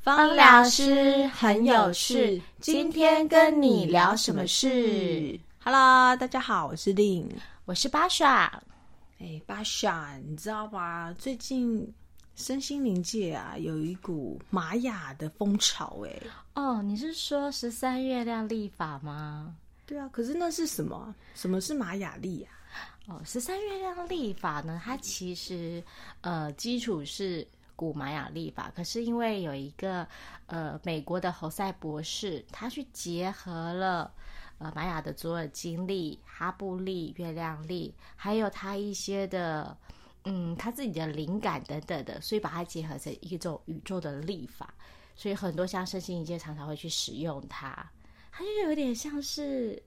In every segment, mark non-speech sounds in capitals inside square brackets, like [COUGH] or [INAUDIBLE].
方疗师很有事，今天跟你聊什么事？ Hello，大家好，我是令。我是巴爽，哎，巴夏，你知道吗？最近身心灵界啊，有一股玛雅的风潮、哎，哦，你是说十三月亮历法吗？对啊，可是那是什么啊？什么是玛雅历啊？哦，十三月亮历法呢，它其实呃基础是古玛雅历法，可是因为有一个呃美国的侯赛博士，他去结合了。呃，玛雅的左耳经历、哈布历、月亮历，还有他一些的，嗯，他自己的灵感等等的，所以把它结合成一种宇宙的历法，所以很多像身心灵界常常会去使用它，它就有点像是，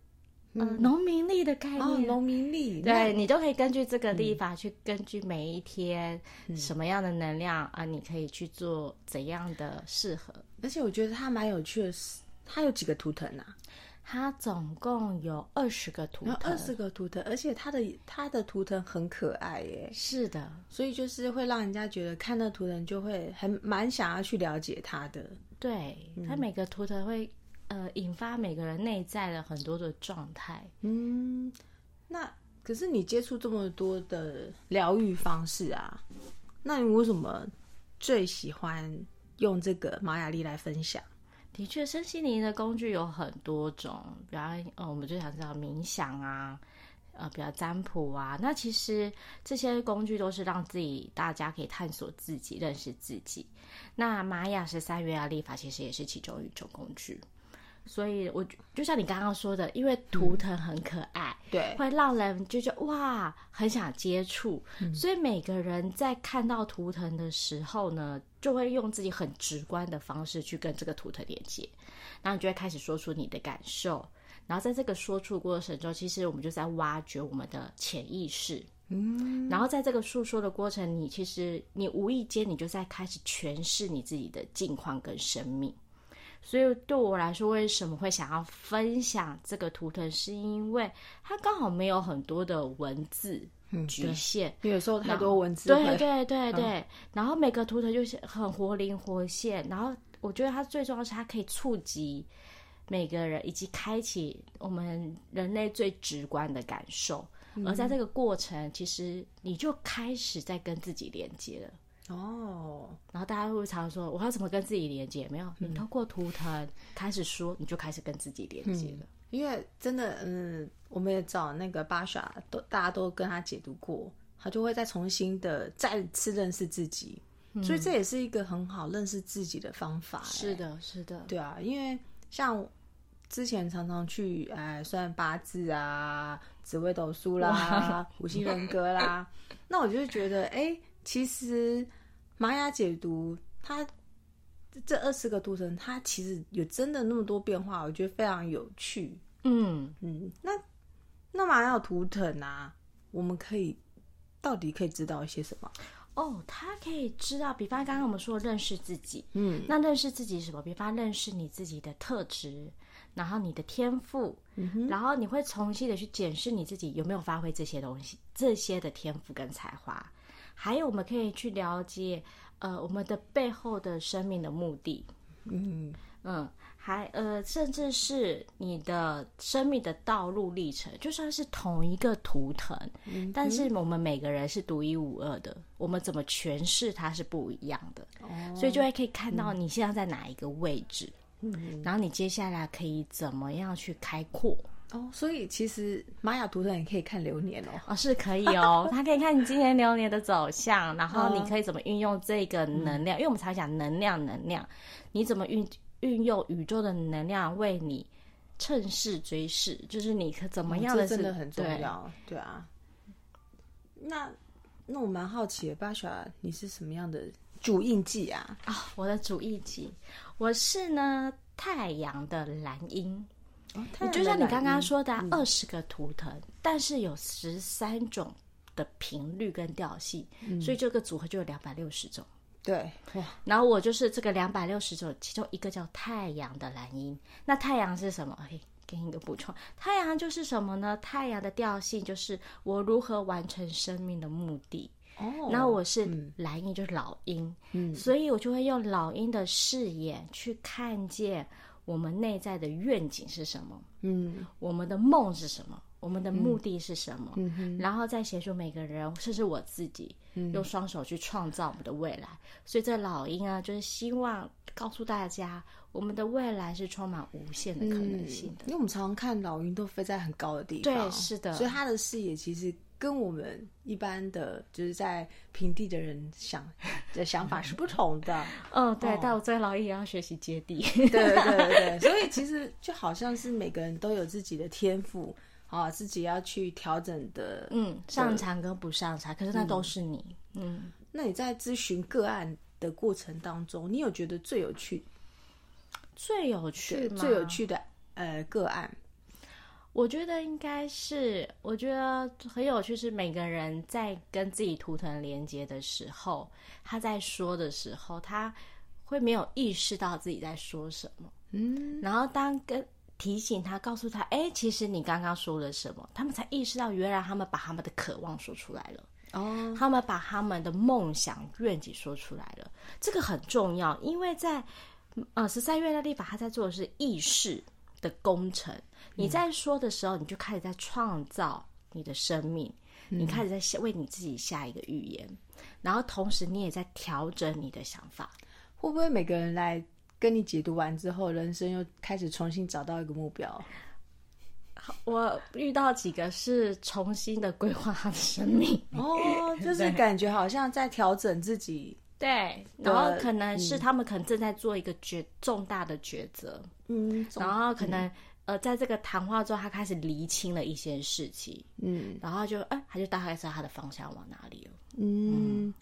呃，农民历的概嗯念，啊哦，农民历。对你都可以根据这个嗯历法去根据每一天什么样的能量啊、你可以去做怎样的适合。那，而且我觉得它蛮有趣的是，它有几个图腾啊？它总共有二十个图有腾哦二，十个图腾，而且它的它的图腾很可爱耶，是的，所以就是会让人家觉得看那图腾就会很蛮想要去了解它的。对，嗯它每个图腾会呃引发每个人内在的很多的状态。嗯，那可是你接触这么多的疗愈方式啊，那你为什么最喜欢用这个玛雅历来分享？的确，身心灵的工具有很多种，比方呃，我们最想知道冥想啊，呃，比较占卜啊。那其实这些工具都是让自己大家可以探索自己、认识自己。那玛雅十三月亮历法其实也是其中一种工具。所以我，就像你刚刚说的，因为图腾很可爱，对，会让人就觉得哇，很想接触。所以每个人在看到图腾的时候呢，就会用自己很直观的方式去跟这个图腾连接，然后你就会开始说出你的感受。然后在这个说出过程中，其实我们就在挖掘我们的潜意识。嗯，然后在这个诉说的过程，你其实你无意间你就在开始诠释你自己的境况跟生命。所以对我来说，为什么会想要分享这个图腾，是因为它刚好没有很多的文字局限。嗯因为有时候太多文字对会，对对对，然后每个图腾就是很活灵活现，然后我觉得它最重要是它可以触及每个人，以及开启我们人类最直观的感受。而在这个过程，其实你就开始在跟自己连接了。哦，然后大家会常说，我要怎么跟自己连接？没有，你透过图腾开始说，你就开始跟自己连接了。因为真的，嗯，我们也找那个巴莎，都大家都跟他解读过，他就会再重新的再次认识自己，所以这也是一个很好认识自己的方法。哎是的，是的，对啊，因为像之前常常去哎算八字啊、紫微斗数啦、五行人格啦，那我就会觉得哎，其实玛雅解读它这二十个图腾，它其实有真的那么多变化，我觉得非常有趣。嗯。嗯，那那玛雅图腾啊，我们可以到底可以知道一些什么？哦，他可以知道，比方刚刚我们说认识自己，嗯，那认识自己是什么？比方认识你自己的特质，然后你的天赋，然后你会重新的去检视你自己有没有发挥这些东西，这些的天赋跟才华。还有，我们可以去了解，呃，我们的背后的生命的目的，嗯，嗯，还呃，甚至是你的生命的道路历程，就算是同一个图腾，但是我们每个人是独一无二的，我们怎么诠释它是不一样的，所以就会可以看到你现在在哪一个位置，然后你接下来可以怎么样去开阔。哦，所以其实玛雅图腾也可以看流年哦。哦，是可以 [LAUGHS] 哦，它可以看你今年流年的走向，然嗯后你可以怎么运用这个能量，因为我们常讲能量，能量，你怎么运运用宇宙的能量为你趁势追势，就是你可怎么样的是、哦真的很重对。要，对啊。那那我蛮好奇的，巴莎，你是什么样的主印记啊？啊、我的主意集，我是呢太阳的蓝鹰，哦你就像你刚刚说的嗯啊，二十、个图腾，但是有十三种的频率跟调性，嗯所以这个组合就有两百六十种。对哇，然后我就是这个两百六十种，其中一个叫太阳的蓝鹰。那太阳是什么？嘿，给你一个补充，太阳就是什么呢？太阳的调性就是我如何完成生命的目的。哦，那我是嗯蓝鹰，就是老鹰，嗯所以我就会用老鹰的视野去看见我们内在的愿景是什么，嗯我们的梦是什么，我们的目的是什么，嗯哼然后再协助每个人，甚至我自己，用双手去创造我们的未来。所以这老鹰啊，就是希望告诉大家，我们的未来是充满无限的可能性的。嗯因为我们常常看老鹰都飞在很高的地方，对是的所以它的视野其实跟我们一般的就是在平地的人 [LAUGHS] 想的想法是不同的。嗯，对，但我在老鹰也要学习接地。对对对对，所以其实就好像是每个人都有自己的天赋啊，自己要去调整的。 [LAUGHS] 嗯，上场跟不上场，可是那都是你。嗯，那你在咨询个案的过程当中，你有觉得最有趣、最有趣吗？最有，趣的呃个案？我觉得应该是，我觉得很有趣是每个人在跟自己图腾连接的时候，他在说的时候，他会没有意识到自己在说什么。嗯然后当跟提醒他，告诉他，哎，其实你刚刚说了什么，他们才意识到，原来他们把他们的渴望说出来了，哦，他们把他们的梦想、愿景说出来了，这个很重要，因为在呃十三月亮历法，他在做的是意识的工程。你在说的时候，你就开始在创造你的生命，你开始在下为你自己下一个预言，然后同时你也在调整你的想法。会不会每个人来跟你解读完之后，人生又开始重新找到一个目标？我遇到几个是重新的规划他的生命， [LAUGHS] 哦，就是感觉好像在调整自己，对，然后可能是他们可能正在做一个决重大的抉择，嗯，然后可能、呃，在这个谈话之后，他开始厘清了一些事情，嗯然后就哎、他就大概知道他的方向往哪里了。嗯，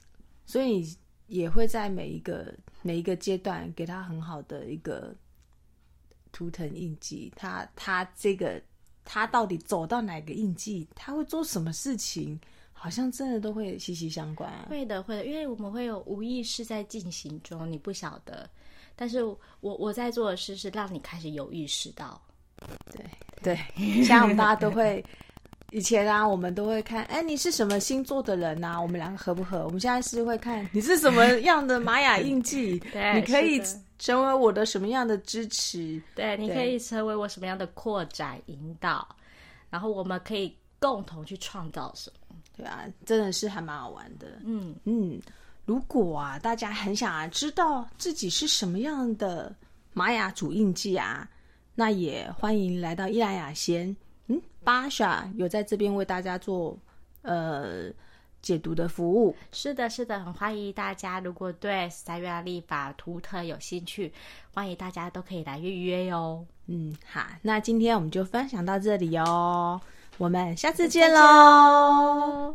所以你也会在每一个每一个阶段给他很好的一个图腾印记，他他这个他到底走到哪个印记，他会做什么事情，好像真的都会息息相关、啊。会的，会的，因为我们会有无意识在进行中，你不晓得。但是我我在做的事是让你开始有意识到，，对，像我们大家都会，以前啊，我们都会看，哎，你是什么星座的人呐、我们两个合不合？我们现在是会看你是什么样的玛雅印记对你可以是的成为我的什么样的支持？对，你可对以成为我什么样的扩展引导，然后我们可以共同去创造什么？对啊，真的是还蛮好玩的。嗯，嗯，如果啊，大家很想啊知道自己是什么样的玛雅主印记啊，那也欢迎来到伊兰雅仙。嗯，巴莎有在这边为大家做呃解读的服务。是的，是的，很欢迎大家。如果对三月历法图特有兴趣，欢迎大家都可以来预约哟。嗯，好，那今天我们就分享到这里哦，我们下次见喽。